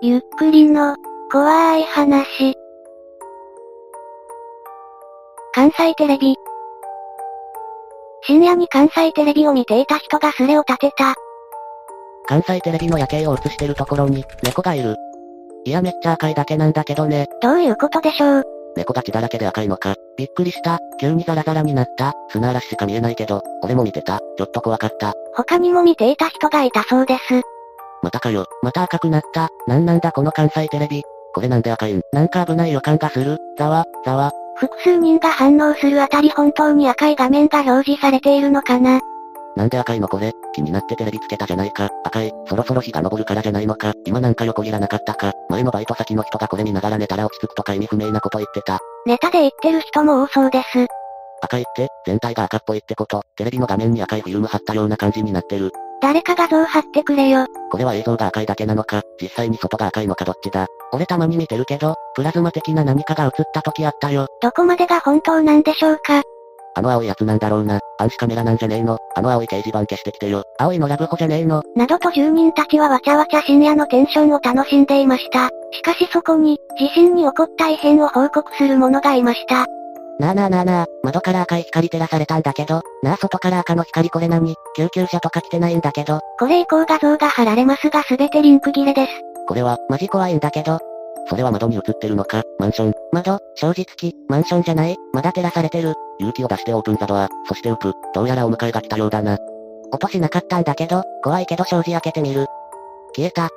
ゆっくりの、怖い話。関西テレビ。深夜に関西テレビを見ていた人がスレを立てた。関西テレビの夜景を映してるところに、猫がいる。いやめっちゃ赤いだけなんだけどね。どういうことでしょう猫たちだらけで赤いのか。びっくりした。急にザラザラになった。砂嵐しか見えないけど、俺も見てた。ちょっと怖かった。他にも見ていた人がいたそうです。またかよ。また赤くなった。なんなんだこの関西テレビ。これなんで赤いんなんか危ない予感がする。ざわ、ざわ。複数人が反応するあたり本当に赤い画面が表示されているのかななんで赤いのこれ気になってテレビつけたじゃないか。赤い。そろそろ日が昇るからじゃないのか。今なんか横切らなかったか。前のバイト先の人がこれ見ながら寝たら落ち着くとか意味不明なこと言ってた。ネタで言ってる人も多そうです。赤いって、全体が赤っぽいってこと。テレビの画面に赤いフィルム貼ったような感じになってる。誰か画像貼ってくれよ。これは映像が赤いだけなのか、実際に外が赤いのかどっちだ。俺たまに見てるけど、プラズマ的な何かが映った時あったよ。どこまでが本当なんでしょうかあの青いやつなんだろうな。暗視カメラなんじゃねえの。あの青い掲示板消してきてよ。青いのラブホじゃねえの。などと住人たちはわちゃわちゃ深夜のテンションを楽しんでいました。しかしそこに、地震に起こった異変を報告する者がいました。なあなあなあなあ、窓から赤い光照らされたんだけど、なあ外から赤の光これ何救急車とか来てないんだけど。これ以降画像が貼られますが全てリンク切れです。これは、マジ怖いんだけど。それは窓に映ってるのか、マンション。窓、正直、マンションじゃない、まだ照らされてる。勇気を出してオープンザドア、そしてウプ、どうやらお迎えが来たようだな。落としなかったんだけど、怖いけど障子開けてみる。消えた。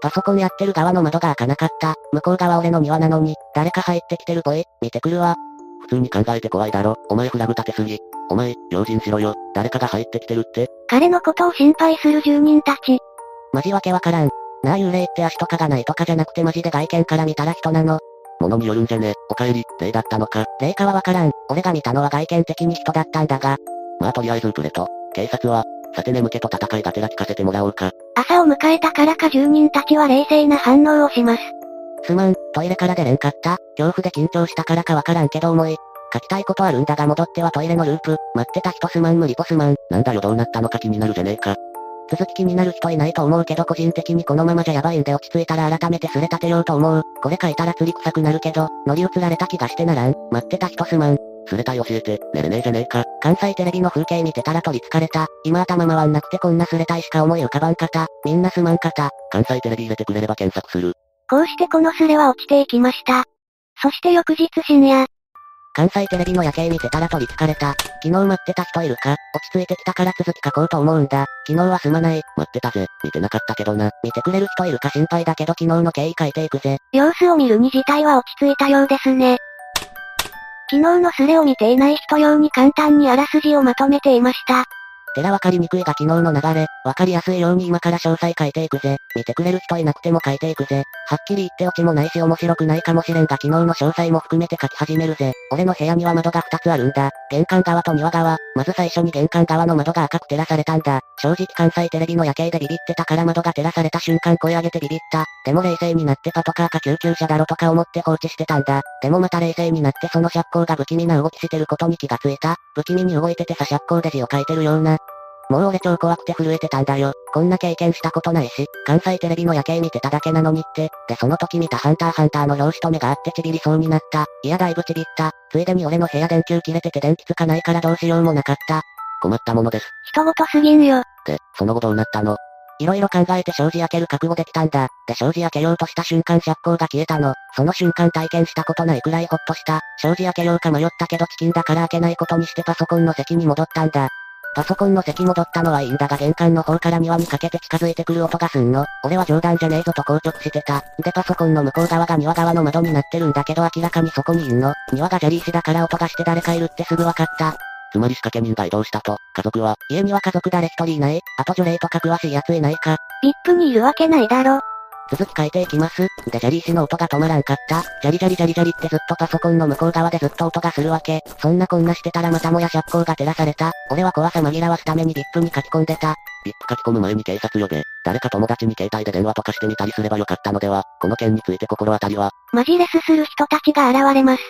パソコンやってる側の窓が開かなかった。向こう側俺の庭なのに、誰か入ってきてるぽい、見てくるわ。普通に考えて怖いだろ。お前フラグ立てすぎ。お前、用心しろよ。誰かが入ってきてるって。彼のことを心配する住人たち。マジわけわからん。なあ幽霊って足とかがないとかじゃなくてマジで外見から見たら人なの。ものによるんじゃね。お帰り、霊だったのか。霊かはわからん。俺が見たのは外見的に人だったんだが。まあとりあえずプレと。警察は、さて眠気と戦いがてら聞かせてもらおうか。朝を迎えたからか住人たちは冷静な反応をします。すまん、トイレから出れんかった。恐怖で緊張したからかわからんけど重い。書きたいことあるんだが戻ってはトイレのループ。待ってた人すまん無理ぽすまん。なんだよどうなったのか気になるじゃねえか。続き気になる人いないと思うけど個人的にこのままじゃやばいんで落ち着いたら改めてすれ立てようと思う。これ書いたら釣り臭くなるけど、乗り移られた気がしてならん。待ってた人すまん。すれたい教えて、寝れねえじゃねえか。関西テレビの風景見てたら取り憑かれた。今頭回んなくてこんなすれたいしか思い浮かばんかた。みんなすまんかた。関西テレビ入れてくれれば検索する。こうしてこのスレは落ちていきました。そして翌日深夜、関西テレビの夜景見てたら取り憑かれた。昨日待ってた人いるか落ち着いてきたから続き書こうと思うんだ。昨日はすまない。待ってたぜ。見てなかったけどな。見てくれる人いるか心配だけど昨日の経緯書いていくぜ。様子を見るに事態は落ち着いたようですね。昨日のスレを見ていない人用に簡単にあらすじをまとめていました。寺わかりにくいが昨日の流れ、わかりやすいように今から詳細書いていくぜ。見てくれる人いなくても書いていくぜ。はっきり言ってオチもないし面白くないかもしれんが昨日の詳細も含めて書き始めるぜ。俺の部屋には窓が2つあるんだ。玄関側と庭側。まず最初に玄関側の窓が赤く照らされたんだ。正直関西テレビの夜景でビビってたから窓が照らされた瞬間声上げてビビった。でも冷静になってパトカーか救急車だろとか思って放置してたんだ。でもまた冷静になってその釈光が不気味な動きしてることに気がついた。不気味に動いててさ釈光で字を書いてるような。もう俺超怖くて震えてたんだよ。こんな経験したことないし、関西テレビの夜景見てただけなのにって。で、その時見たハンターハンターの表紙と目があってちびりそうになった。いやだいぶちびった。ついでに俺の部屋電球切れてて電気つかないからどうしようもなかった。困ったものです。人ごとすぎんよ。で、その後どうなったのいろいろ考えて障子開ける覚悟できたんだ。で、障子開けようとした瞬間釈光が消えたの。その瞬間体験したことないくらいほっとした。障子開けようか迷ったけどチキンだから開けないことにしてパソコンの席に戻ったんだ。パソコンの席戻ったのはいいんだが玄関の方から庭にかけて近づいてくる音がすんの。俺は冗談じゃねえぞと硬直してた。でパソコンの向こう側が庭側の窓になってるんだけど明らかにそこにいんの。庭が砂利石だから音がして誰かいるってすぐわかった。つまり仕掛け人が移動したと、家族は、家には家族誰一人いない、あと除霊とか詳しいやついないか、 VIP にいるわけないだろ。続き書いていきます。で、砂利石の音が止まらんかった。砂利砂利砂利砂利ってずっとパソコンの向こう側でずっと音がするわけ。そんなこんなしてたらまたもや釈光が照らされた。俺は怖さ紛らわすために VIP に書き込んでた。VIP 書き込む前に警察呼べ。誰か友達に携帯で電話とかしてみたりすればよかったのでは、この件について心当たりは、マジレスする人たちが現れます。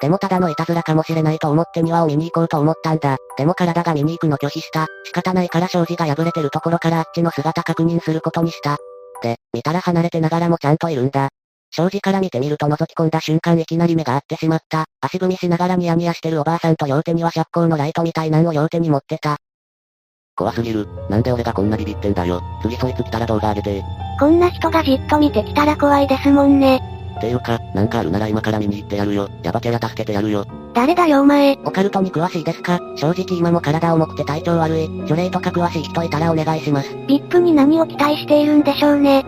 でもただのいたずらかもしれないと思って庭を見に行こうと思ったんだ。でも体が見に行くの拒否した。仕方ないから障子が破れてるところからあっちの姿確認することにした。で、見たら離れてながらもちゃんといるんだ。障子から見てみると覗き込んだ瞬間いきなり目が合ってしまった。足踏みしながらニヤニヤしてるおばあさんと両手には借光のライトみたいなのを両手に持ってた。怖すぎる。なんで俺がこんなビビってんだよ。次そいつ来たら動画上げて。こんな人がじっと見てきたら怖いですもんね。っていうか、なんかあるなら今から見に行ってやるよ。ヤバキャラ助けてやるよ。誰だよお前。オカルトに詳しいですか正直今も体重くて体調悪い。除霊とか詳しい人いたらお願いします。 VIP に何を期待しているんでしょうね。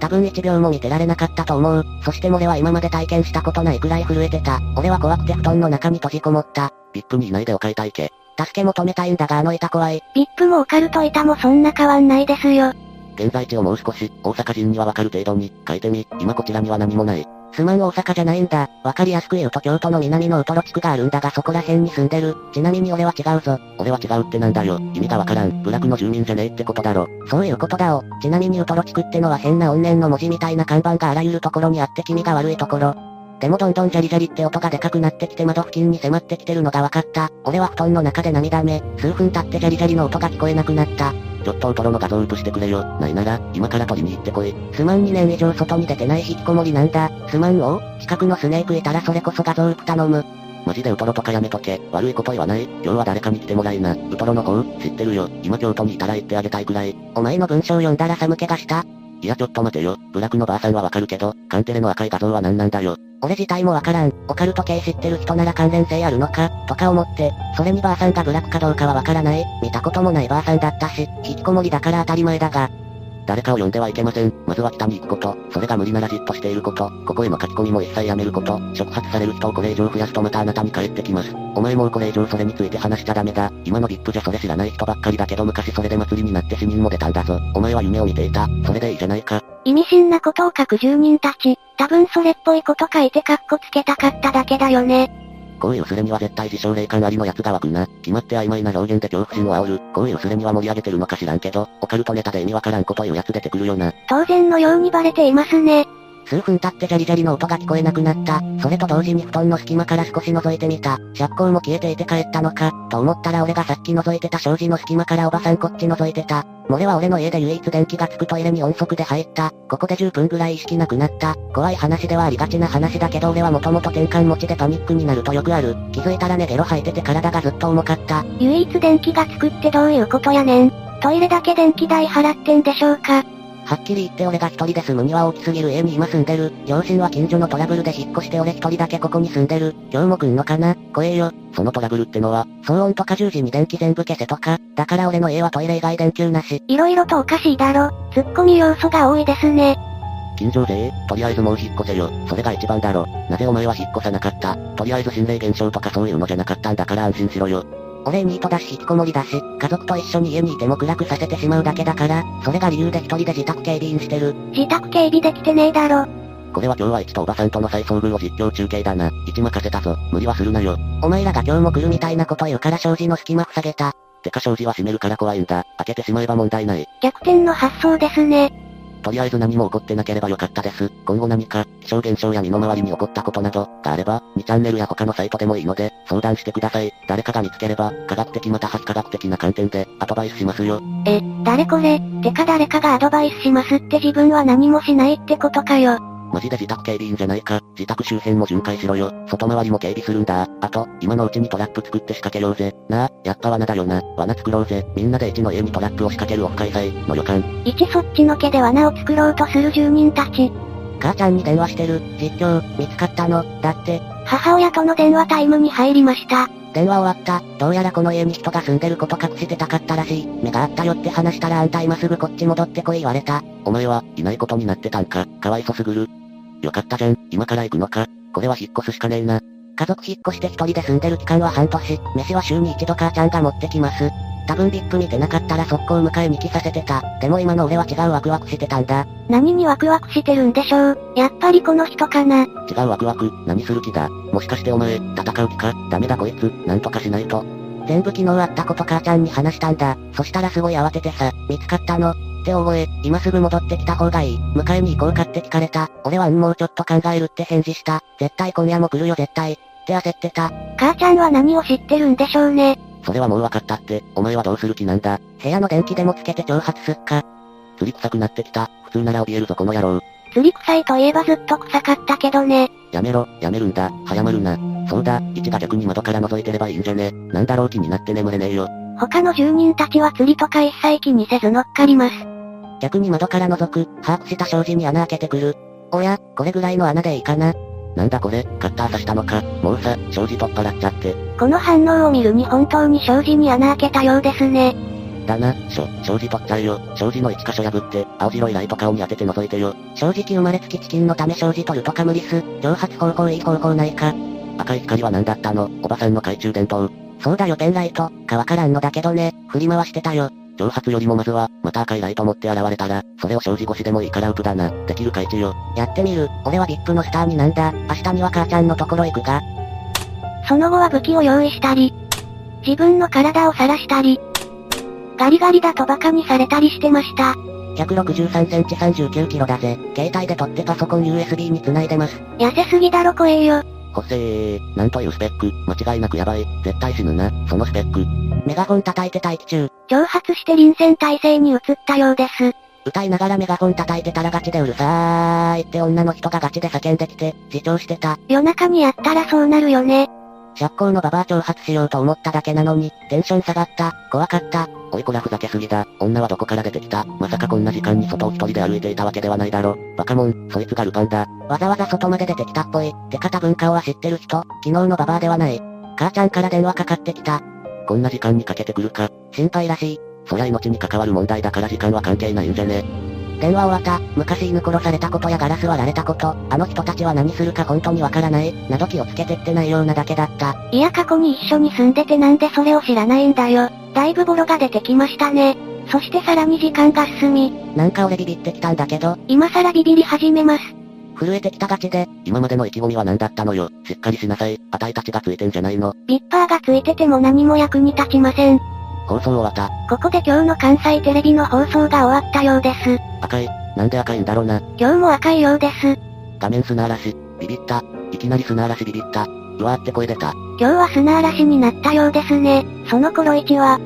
多分1秒も見てられなかったと思う。そして俺は今まで体験したことないくらい震えてた。俺は怖くて布団の中に閉じこもった。 VIP にいないでお買い体系。助け求めたいんだがあの板怖い。 VIP もオカルト板もそんな変わんないですよ。現在地をもう少し、大阪人にはわかる程度に、書いてみ、今こちらには何もない。すまん大阪じゃないんだ。わかりやすく言うと京都の南のウトロ地区があるんだがそこら辺に住んでる。ちなみに俺は違うぞ。俺は違うってなんだよ。意味がわからん。部落の住民じゃねえってことだろ。そういうことだお。ちなみにウトロ地区ってのは変な怨念の文字みたいな看板があらゆるところにあって気味が悪いところ。でもどんどんジャリジャリって音がでかくなってきて窓付近に迫ってきてるのが分かった。俺は布団の中で涙目。数分経ってジャリジャリの音が聞こえなくなった。ちょっとウトロの画像映してくれよ。ないなら、今から取りに行ってこい。すまん2年以上外に出てない引きこもりなんだ。すまんお近くのスネークいたらそれこそ画像映頼む。マジでウトロとかやめとけ。悪いこと言わない。今日は誰かに来てもらいな。ウトロの方、知ってるよ。今京都にいたら言ってあげたいくらい。お前の文章読んだら寒気がした。いやちょっと待てよ。ブラックのばあさんはわかるけど、カンテレの赤い画像は何なんだよ。俺自体もわからん。オカルト系知ってる人なら関連性あるのか、とか思って、それにばあさんがブラックかどうかはわからない。見たこともないばあさんだったし、引きこもりだから当たり前だが。誰かを呼んではいけません。まずは北に行くこと。それが無理ならじっとしていること。ここへの書き込みも一切やめること。触発される人をこれ以上増やすとまたあなたに帰ってきます。お前もうこれ以上それについて話しちゃダメだ。今の VIP じゃそれ知らない人ばっかりだけど昔それで祭りになって死人も出たんだぞ。お前は夢を見ていた。それでいいじゃないか。意味深なことを書く住人たち、多分それっぽいこと書いてカッコつけたかっただけだよね。こういう薄れには絶対自称霊感ありのやつが湧くな。決まって曖昧な表現で恐怖心を煽る。こういう薄れには盛り上げてるのか知らんけど、オカルトネタで意味わからんこと言うやつ出てくるよな。当然のようにバレていますね。数分経ってジャリジャリの音が聞こえなくなった。それと同時に布団の隙間から少し覗いてみた。借光も消えていて帰ったのか、と思ったら俺がさっき覗いてた障子の隙間からおばさんこっち覗いてた。俺は俺の家で唯一電気がつくトイレに音速で入った。ここで10分ぐらい意識なくなった。怖い話ではありがちな話だけど俺はもともと転換持ちでパニックになるとよくある。気づいたらねゲロ吐いてて体がずっと重かった。唯一電気がつくってどういうことやねん。トイレだけ電気代払ってんでしょうか。はっきり言って俺が一人で住むには大きすぎる家に今住んでる。両親は近所のトラブルで引っ越して俺一人だけここに住んでる。今日も来んのかな怖えよ。そのトラブルってのは、騒音とか10時に電気全部消せとか、だから俺の家はトイレ以外電球なし。色々とおかしいだろ。ツッコミ要素が多いですね。近所勢、とりあえずもう引っ越せよ。それが一番だろ。なぜお前は引っ越さなかったとりあえず心霊現象とかそういうのじゃなかったんだから安心しろよ。俺ニートだし引きこもりだし、家族と一緒に家にいても暗くさせてしまうだけだから、それが理由で一人で自宅警備員してる。自宅警備できてねえだろ。これは今日は一とおばさんとの再遭遇を実況中継だな。一任せたぞ。無理はするなよ。お前らが今日も来るみたいなこと言うから障子の隙間塞げた。てか障子は閉めるから怖いんだ。開けてしまえば問題ない。逆転の発想ですね。とりあえず何も起こってなければよかったです。今後何か、気象現象や身の回りに起こったことなど、があれば、2チャンネルや他のサイトでもいいので、相談してください。誰かが見つければ、科学的また非科学的な観点で、アドバイスしますよ。え、誰これてか誰かがアドバイスしますって自分は何もしないってことかよ。マジで自宅警備員じゃないか。自宅周辺も巡回しろよ。外回りも警備するんだ。あと、今のうちにトラップ作って仕掛けようぜ。なあ、やっぱ罠だよな。罠作ろうぜ。みんなで1の家にトラップを仕掛けるオフ開催の予感。 1そっちのけで罠を作ろうとする住人たち。母ちゃんに電話してる。実況、見つかったの。だって。母親との電話タイムに入りました。電話終わった。どうやらこの家に人が住んでること隠してたかったらしい。目があったよって話したらあんた今すぐこっち戻ってこい言われた。お前はいないことになってたんか。かわいそすぐる。よかったじゃん。今から行くのか。これは引っ越すしかねえな。家族引っ越して一人で住んでる期間は半年。飯は週に一度母ちゃんが持ってきます。多分 VIP 見てなかったら速攻迎えに来させてた。でも今の俺は違うワクワクしてたんだ。何にワクワクしてるんでしょう。やっぱりこの人かな。違うワクワク、何する気だ。もしかしてお前、戦う気かダメだこいつ、なんとかしないと。全部昨日あったこと母ちゃんに話したんだ。そしたらすごい慌ててさ、見つかったの。って覚え、今すぐ戻ってきた方がいい。迎えに行こうかって聞かれた。俺はうんもうちょっと考えるって返事した。絶対今夜も来るよ絶対。って焦ってた。母ちゃんは何を知ってるんでしょうね。それはもう分かったって、お前はどうする気なんだ。部屋の電気でもつけて挑発すっか。釣り臭くなってきた。普通なら怯えるぞこの野郎。釣り臭いといえばずっと臭かったけどね。やめろ、やめるんだ、早まるな。そうだ、位置が逆に窓から覗いてればいいんじゃね。なんだろう気になって眠れねえよ。他の住人たちは釣りとか一切気にせず乗っかります。逆に窓から覗く、把握した障子に穴開けてくる。おや、これぐらいの穴でいいかな。なんだこれ、カッター刺したのか。もうさ、障子取っ払っちゃって。この反応を見るに本当に障子に穴開けたようですね。だな、しょ、障子取っちゃえよ。障子の一箇所破って、青白いライト顔に当てて覗いてよ。正直生まれつきチキンのため障子とルトカムリス、蒸発方法いい方法ないか。赤い光は何だったのおばさんの懐中電灯。そうだよペンライト、かわからんのだけどね、振り回してたよ。蒸発よりもまずは、また赤いライト持って現れたら、それを障子越しでもいいからウプだな。できるか一よ。やってみる、俺は VIP のスターになんだ、明日には母ちゃんのところ行くが。その後は武器を用意したり、自分の体を晒したり、ガリガリだとバカにされたりしてました。 163センチ39キロだぜ。携帯で撮ってパソコン USB に繋いでます。痩せすぎだろ怖えよ。ほせー、なんというスペック。間違いなくやばい。絶対死ぬな、そのスペック。メガホン叩いて待機中。蒸発して臨戦態勢に移ったようです。歌いながらメガホン叩いてたらガチでうるさーいって女の人がガチで叫んできて、自重してた。夜中にやったらそうなるよね。釈光のババア挑発しようと思っただけなのに、テンション下がった、怖かった。おいこらふざけすぎだ。女はどこから出てきたまさかこんな時間に外を一人で歩いていたわけではないだろ。バカモン、そいつがルパンだ。わざわざ外まで出てきたっぽい。てか多文化をは知ってる人、昨日のババアではない。母ちゃんから電話かかってきた。こんな時間にかけてくるか。心配らしい。そりゃ命に関わる問題だから時間は関係ないんじゃね。電話終わった、昔犬殺されたことやガラス割られたこと、あの人たちは何するか本当にわからない、など気をつけてってないようなだけだった。いや過去に一緒に住んでてなんでそれを知らないんだよ。だいぶボロが出てきましたね。そしてさらに時間が進み、なんか俺ビビってきたんだけど、今さらビビり始めます。震えてきたガチで、今までの意気込みは何だったのよ。しっかりしなさい。あたいたちがついてんじゃないの。ビッパーがついてても何も役に立ちません。放送終わった。ここで今日の関西テレビの放送が終わったようです。赤い。なんで赤いんだろうな。今日も赤いようです。画面砂嵐。ビビった。いきなり砂嵐ビビった。うわーって声出た。今日は砂嵐になったようですね。その頃一は、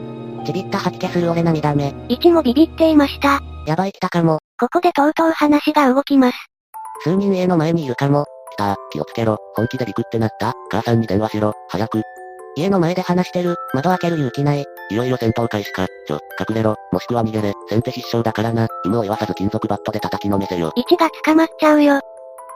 ちびった吐き気する俺涙目。一もビビっていました。やばい来たかも。ここでとうとう話が動きます。数人家の前にいるかも。来た。気をつけろ。本気でビクってなった。母さんに電話しろ。早く。家の前で話してる、窓開ける勇気ない。いよいよ戦闘開始か。ちょ、隠れろ。もしくは逃げれ。先手必勝だからな。有無を言わさず金属バットで叩きのめせよ。一が捕まっちゃうよ。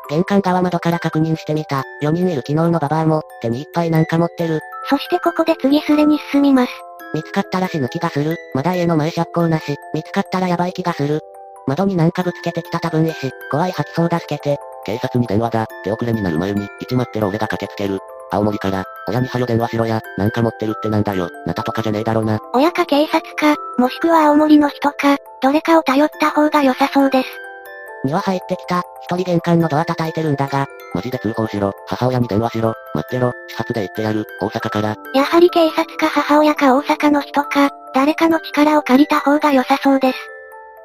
玄関側窓から確認してみた。4人いる昨日のババアも、手にいっぱいなんか持ってる。そしてここで次すれに進みます。見つかったら死ぬ気がする。まだ家の前借光なし。見つかったらやばい気がする。窓になんかぶつけてきた多分石。怖い吐きそうだ助けて。警察に電話だ。手遅れになる前に、一待ってろ俺が駆けつける。青森から、親にはよ電話しろや、なんか持ってるってなんだよ。なたとかじゃねえだろうな。親か警察か、もしくは青森の人か、どれかを頼った方が良さそうです。庭入ってきた。一人玄関のドア叩いてるんだが、マジで通報しろ。母親に電話しろ。待ってろ。始発で行ってやる。大阪から。やはり警察か母親か大阪の人か、誰かの力を借りた方が良さそうです。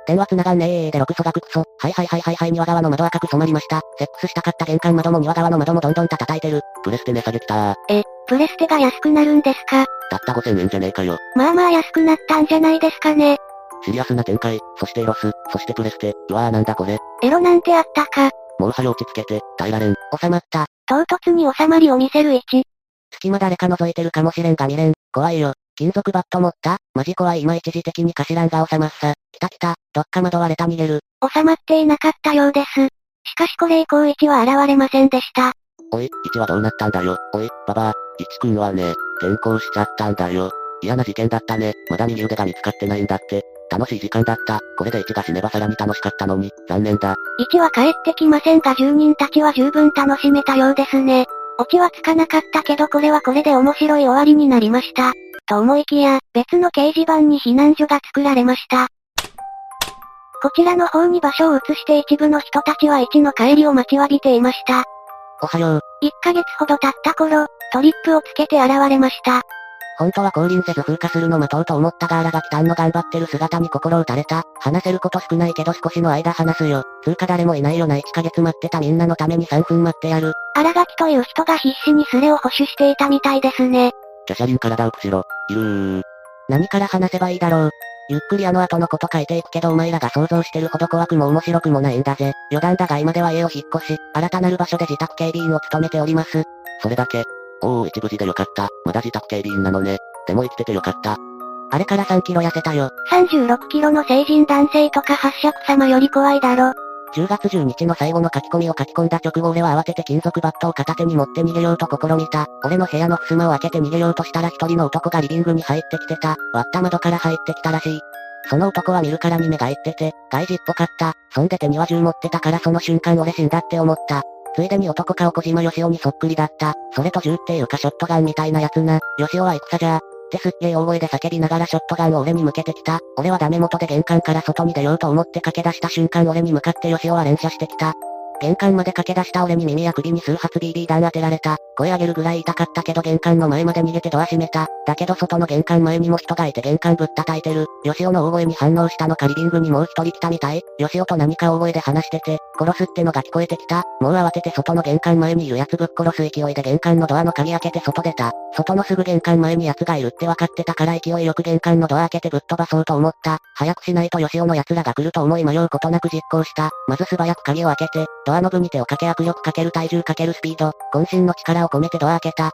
電話繋がんねえでろくそがくくそ。はいはいはいはいはい庭側の窓赤く染まりました。セックスしたかった玄関窓も庭側の窓もどんどんた叩いてる。プレステ値下げきたー。プレステが安くなるんですかたった5000円じゃねえかよ。まあまあ安くなったんじゃないですかね。シリアスな展開。そしてエロス。そしてプレステ。うわーなんだこれ。エロなんてあったか、もうはよ落ち着けて。耐えられん。収まった。唐突に収まりを見せる位置。隙間誰か覗いてるかもしれんが見れん。怖いよ。金属バット持ったマジ怖い今一時的に頭が収まっさ。来た来た。どっか窓割れた逃げる。収まっていなかったようです。しかしこれ以降一は現れませんでした。おい、1はどうなったんだよ。おい、ババア。1くんはね、転校しちゃったんだよ。嫌な事件だったね。まだ右腕が見つかってないんだって。楽しい時間だった。これで1が死ねばさらに楽しかったのに。残念だ。一は帰ってきませんが住人たちは十分楽しめたようですね。オチはつかなかったけどこれはこれで面白い終わりになりました。と思いきや、別の掲示板に避難所が作られました。こちらの方に場所を移して一部の人たちは一の帰りを待ちわびていました。おはよう。 1ヶ月ほど経った頃、トリップをつけて現れました。本当は降臨せず風化するの待とうと思ったがあらが来たんの頑張ってる姿に心打たれた。話せること少ないけど少しの間話すよ。通過誰もいないよな1ヶ月待ってたみんなのために3分待ってやる。荒垣という人が必死にスレを保守していたみたいですね。キャシャリン体アップしろ。いるー。何から話せばいいだろう。ゆっくりあの後のこと書いていくけどお前らが想像してるほど怖くも面白くもないんだぜ。余談だが今では家を引っ越し、新たなる場所で自宅警備員を務めております。それだけ。おお一無事でよかった。まだ自宅警備員なのね。でも生きててよかった。あれから3キロ痩せたよ。 36キロの成人男性とか八尺様より怖いだろ。 10月10日の最後の書き込みを書き込んだ直後俺は慌てて金属バットを片手に持って逃げようと試みた。俺の部屋の襖を開けて逃げようとしたら一人の男がリビングに入ってきてた。割った窓から入ってきたらしい。その男は見るからに目がいってて、外事っぽかった。そんで手には銃持ってたからその瞬間俺死んだって思った。ついでに男か小島よしおにそっくりだった。それと銃っていうかショットガンみたいなやつな。よしおは戦じゃあ。ってすっげえ大声で叫びながらショットガンを俺に向けてきた。俺はダメ元で玄関から外に出ようと思って駆け出した瞬間俺に向かってヨシオは連射してきた。玄関まで駆け出した俺に耳や首に数発 BB 弾当てられた。声上げるぐらい痛かったけど玄関の前まで逃げてドア閉めた。だけど外の玄関前にも人がいて玄関ぶったたいてる。ヨシオの大声に反応したのかリビングにもう一人来たみたい。ヨシオと何か大声で話してて、殺すってのが聞こえてきた。もう慌てて外の玄関前にいる奴ぶっ殺す勢いで玄関のドアの鍵開けて外出た。外のすぐ玄関前に奴がいるって分かってたから勢いよく玄関のドア開けてぶっ飛ばそうと思った。早くしないと吉尾の奴らが来ると思い迷うことなく実行した。まず素早く鍵を開けて、ドアノブに手をかけ握力かける体重かけるスピード、渾身の力を込めてドア開けた。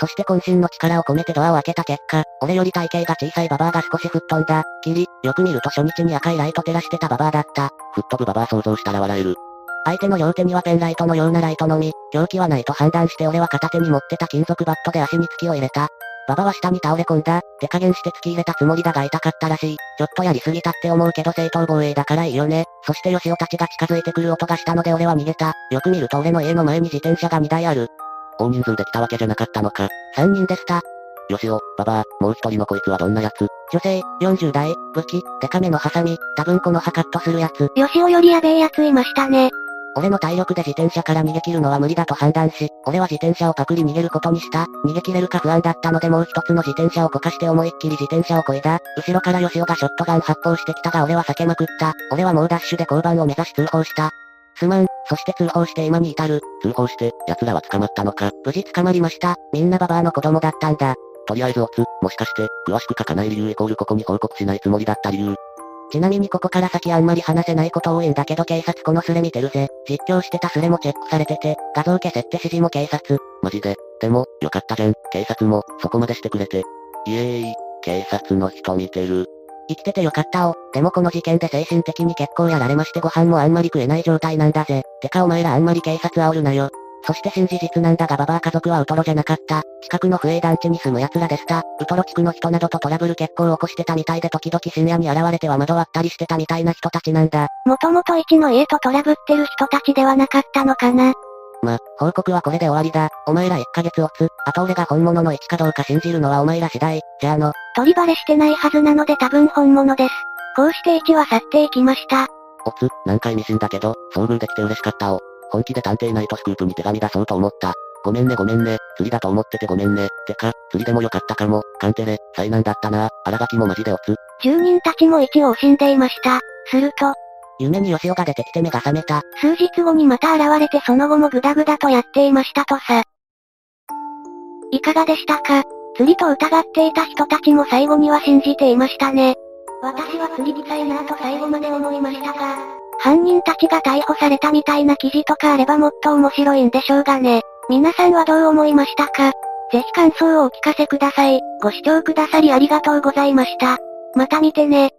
そして渾身の力を込めてドアを開けた結果、俺より体型が小さいババアが少し吹っ飛んだ。きり、よく見ると初日に赤いライト照らしてたババアだった。吹っ飛ぶババア想像したら笑える。相手の両手にはペンライトのようなライトのみ、凶器はないと判断して俺は片手に持ってた金属バットで足に突きを入れた。馬場は下に倒れ込んだ、手加減して突き入れたつもりだが痛かったらしい。ちょっとやりすぎたって思うけど正当防衛だからいいよね。そして吉尾たちが近づいてくる音がしたので俺は逃げた。よく見ると俺の家の前に自転車が2台ある。大人数で来たわけじゃなかったのか。 3人でした。よしお、ババア、もう一人のこいつはどんなやつ女性、40代、武器、デカめのハサミ、多分このハカッとするやつ。よしおよりやべえやついましたね。俺の体力で自転車から逃げ切るのは無理だと判断し、俺は自転車をパクリ逃げることにした。逃げ切れるか不安だったのでもう一つの自転車をこかして思いっきり自転車をこいだ。後ろから吉尾がショットガン発砲してきたが俺は避けまくった。俺は猛ダッシュで交番を目指し通報した。すまん、そして通報して今に至る。通報して、奴らは捕まったのか。無事捕まりました。みんなババアの子供だったんだ。とりあえずおつ、もしかして、詳しく書かない理由イコールここに報告しないつもりだった理由。ちなみにここから先あんまり話せないこと多いんだけど警察このスレ見てるぜ。実況してたスレもチェックされてて、画像消せって指示も警察。マジで。でも、よかったじゃん。警察も、そこまでしてくれて。イエーイ。警察の人見てる。生きててよかったを。でもこの事件で精神的に結構やられましてご飯もあんまり食えない状態なんだぜ。てかお前らあんまり警察煽るなよ。そして新事実なんだがババア家族はウトロじゃなかった。近くの不営団地に住む奴らでした。ウトロ地区の人などとトラブル結構起こしてたみたいで時々深夜に現れては窓割ったりしてたみたいな人たちなんだ。もともと一の家とトラブってる人たちではなかったのかな。ま、報告はこれで終わりだ。お前ら1ヶ月おつ。あと俺が本物の1かどうか信じるのはお前ら次第。じゃあの。取りバレしてないはずなので多分本物です。こうして1は去っていきました。おつ、何回ミシンだけど、遭遇できて嬉しかったお。本気で探偵ナイトスクープに手紙出そうと思った。ごめんねごめんね、釣りだと思っててごめんね。てか、釣りでもよかったかも。カンテレ、災難だったな。荒垣もマジでおつ。住人たちも1を惜しんでいました。すると、夢に吉尾が出てきて目が覚めた。数日後にまた現れてその後もグダグダとやっていましたとさ。いかがでしたか釣りと疑っていた人たちも最後には信じていましたね。私は釣り臭いなぁと最後まで思いましたが、犯人たちが逮捕されたみたいな記事とかあればもっと面白いんでしょうがね。皆さんはどう思いましたかぜひ感想をお聞かせください。ご視聴くださりありがとうございました。また見てね。